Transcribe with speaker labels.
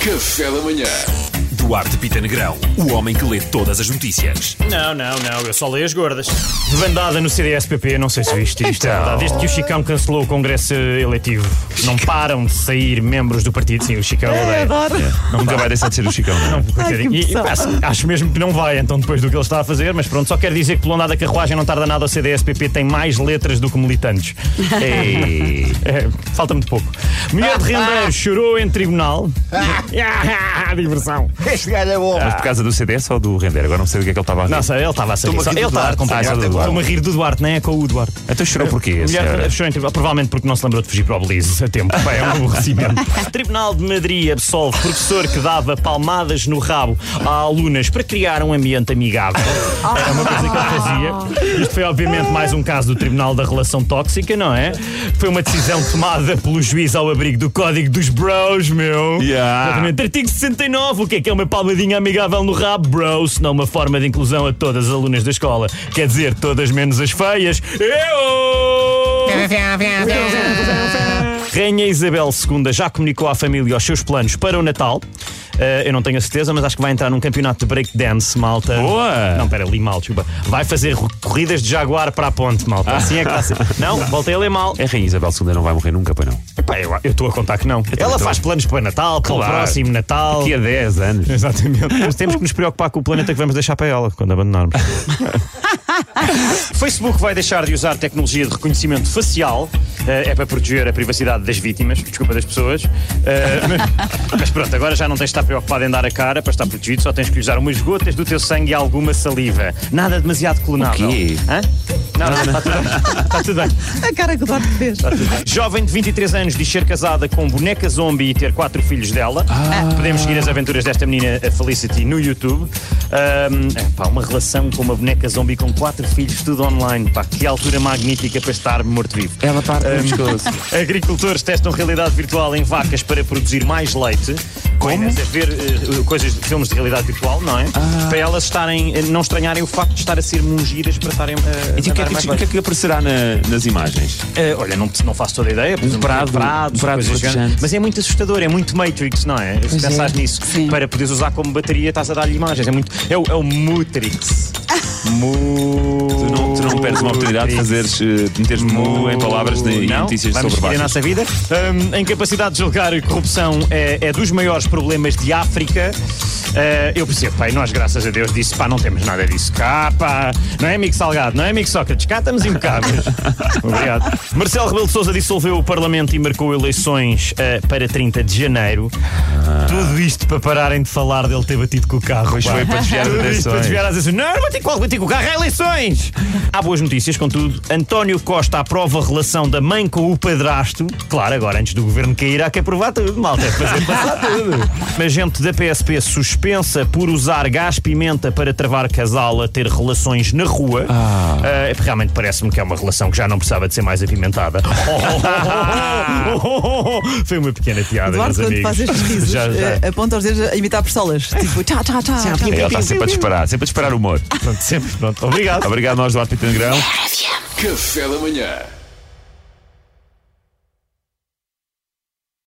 Speaker 1: Café da manhã.
Speaker 2: Duarte Pita Negrão, o homem que lê todas as notícias.
Speaker 3: Não, não, não, eu só leio as gordas. Devandada no CDSPP, não sei se viste isto. é verdade. Desde que o Chicão cancelou o Congresso eletivo, não param de sair membros do partido. Sim, o Chicão odeia. É,
Speaker 4: Adoro.
Speaker 2: É. Nunca vai deixar de ser o Chicão, não é?
Speaker 3: Coitadinho.
Speaker 4: que
Speaker 3: E- e
Speaker 4: pessoal.
Speaker 3: acho, acho mesmo que não vai, então, depois do que ele está a fazer, mas pronto, só quero dizer que pelo andar da carruagem não tarda nada, o CDSPP tem mais letras do que militantes. Ei, é, falta muito pouco. Mulher de rendeiro chorou em tribunal. Diversão.
Speaker 5: Este galho é bom.
Speaker 2: Mas por causa do CDS ou do Render? Agora não sei do que é que ele estava a rir.
Speaker 3: Não sei, ele estava a sair.
Speaker 5: Estou-me a rir
Speaker 3: Ele
Speaker 5: do
Speaker 3: estava a
Speaker 5: Duarte,
Speaker 3: contar.
Speaker 2: sim, Duarte é Duarte.
Speaker 3: Estou-me a rir do Duarte, não é com o Duarte.
Speaker 2: Então chorou porquê, a
Speaker 3: Mulher
Speaker 2: senhora?
Speaker 3: achou incrível. Provavelmente porque não se lembrou de fugir para o Belize a tempo. Pá, é um aborrecimento. Tribunal de Madrid absolve professor que dava palmadas no rabo a alunas para criar um ambiente amigável. Era É uma coisa que ele fazia. Isto foi, obviamente, mais um caso do Tribunal da Relação Tóxica, não é? Foi uma decisão tomada pelo juiz ao abrigo do Código dos Bros, meu.
Speaker 2: Yeah.
Speaker 3: Exatamente. Artigo 69. O que é que é uma palmadinha amigável no rabo, bro? Se não uma forma de inclusão a todas as alunas da escola. Quer dizer, todas menos as feias. Eu! Rainha Isabel II já comunicou à família os seus planos para o Natal. Eh, eu não tenho a certeza, mas acho que vai entrar num campeonato de breakdance, malta.
Speaker 2: Boa!
Speaker 3: Não, pera, li mal, desculpa. Vai fazer ro- corridas de jaguar para a ponte, malta. Assim é que está a ser. Não, voltei a ler mal.
Speaker 2: É A Rainha Isabel II não vai morrer nunca, pois não?
Speaker 3: Epá, eu eu estou a contar que não. Ela
Speaker 2: estou.
Speaker 3: faz planos para o Natal, para
Speaker 2: Claro.
Speaker 3: o próximo Natal.
Speaker 2: Daqui a 10 anos.
Speaker 3: Exatamente. Mas temos que nos preocupar com o planeta que vamos deixar para ela quando abandonarmos. Facebook vai deixar de usar tecnologia de reconhecimento facial. eh, é para proteger a privacidade das vítimas, desculpa, das pessoas. Eh, mas, mas pronto, agora já não tens de estar preocupado em dar a cara para estar protegido, só tens que usar umas gotas do teu sangue e alguma saliva. Nada demasiado clonável.
Speaker 2: O quê?
Speaker 3: Hã? Não, não, está tudo bem. Está tudo bem.
Speaker 4: A cara que o Duarte fez.
Speaker 3: Jovem de 23 anos diz ser casada com boneca zombie e ter quatro filhos dela. Podemos seguir as aventuras desta menina, a Felicity, no YouTube. Ahm, epá, uma relação com uma boneca zombie com quatro filhos, tudo online. Pá, que altura magnífica para estar morto-vivo.
Speaker 2: Ela parte do pescoço.
Speaker 3: Agricultores testam realidade virtual em vacas para produzir mais leite. Como? A ver eh, coisas, filmes de realidade virtual, não é?
Speaker 2: Ah.
Speaker 3: Para elas estarem, eh, não estranharem o facto de estar a ser mungidas para estarem. eh,
Speaker 2: E o que é
Speaker 3: mandar
Speaker 2: que,
Speaker 3: mais
Speaker 2: o que é que aparecerá na- nas imagens? Um
Speaker 3: eh, olha, não, não faço toda a ideia. presumo que
Speaker 2: prado-
Speaker 3: prados,
Speaker 2: prado
Speaker 3: coisas do género.
Speaker 2: verdejante.
Speaker 3: Mas é muito assustador, é muito Matrix, não é? Se pensares nisso, para poderes usar como bateria, estás a dar-lhe imagens. É, muito, é, o, é o Mutrix. Mu...
Speaker 2: Tu não, tu não perdes uma oportunidade de fazeres, eh, de meteres mu em palavras de, e
Speaker 3: Não,
Speaker 2: notícias
Speaker 3: vamos
Speaker 2: sobre
Speaker 3: seguir a
Speaker 2: baixas.
Speaker 3: nossa vida. Hum, a incapacidade de julgar corrupção é, é dos maiores problemas de África. Eh, eu percebo, pá, e nós, graças a Deus, disse, pá, não temos nada disso cá, pá. Não é, amigo Salgado? Não é, amigo Sócrates? Cá estamos impecáveis. Obrigado. Marcelo Rebelo de Sousa dissolveu o Parlamento e marcou eleições eh, para 30 de janeiro. Tudo isto para pararem de falar dele ter batido com o carro.
Speaker 2: Pois
Speaker 3: pá.
Speaker 2: foi para desviar as
Speaker 3: Tudo isto para
Speaker 2: atenções.
Speaker 3: desviar às vezes, não, não bati com algo, bati com o carro, há eleições! Há boas notícias, contudo. António Costa aprova a relação da mãe com o padrasto. Claro, agora antes do governo cair, há que aprovar tudo, malta, é fazer passar tudo. Mas gente da PSP suspensa por usar gás pimenta para travar casal a ter relações na rua. Ah, realmente parece-me que é uma relação que já não precisava de ser mais apimentada. Foi uma pequena piada,
Speaker 4: Duarte,
Speaker 3: meus
Speaker 4: quando
Speaker 3: amigos.
Speaker 4: faz estes risos,
Speaker 3: Já, já.
Speaker 4: eh, aponta os dedos a imitar pistolas. Tipo, tchá, tchá, tchá. tchá,
Speaker 2: É, Ela está
Speaker 4: tchá.
Speaker 2: sempre a disparar, sempre a disparar humor.
Speaker 3: Pronto, sempre, pronto. Obrigado.
Speaker 2: Obrigado, nós, Duarte Pita Negrão.
Speaker 1: Café da manhã.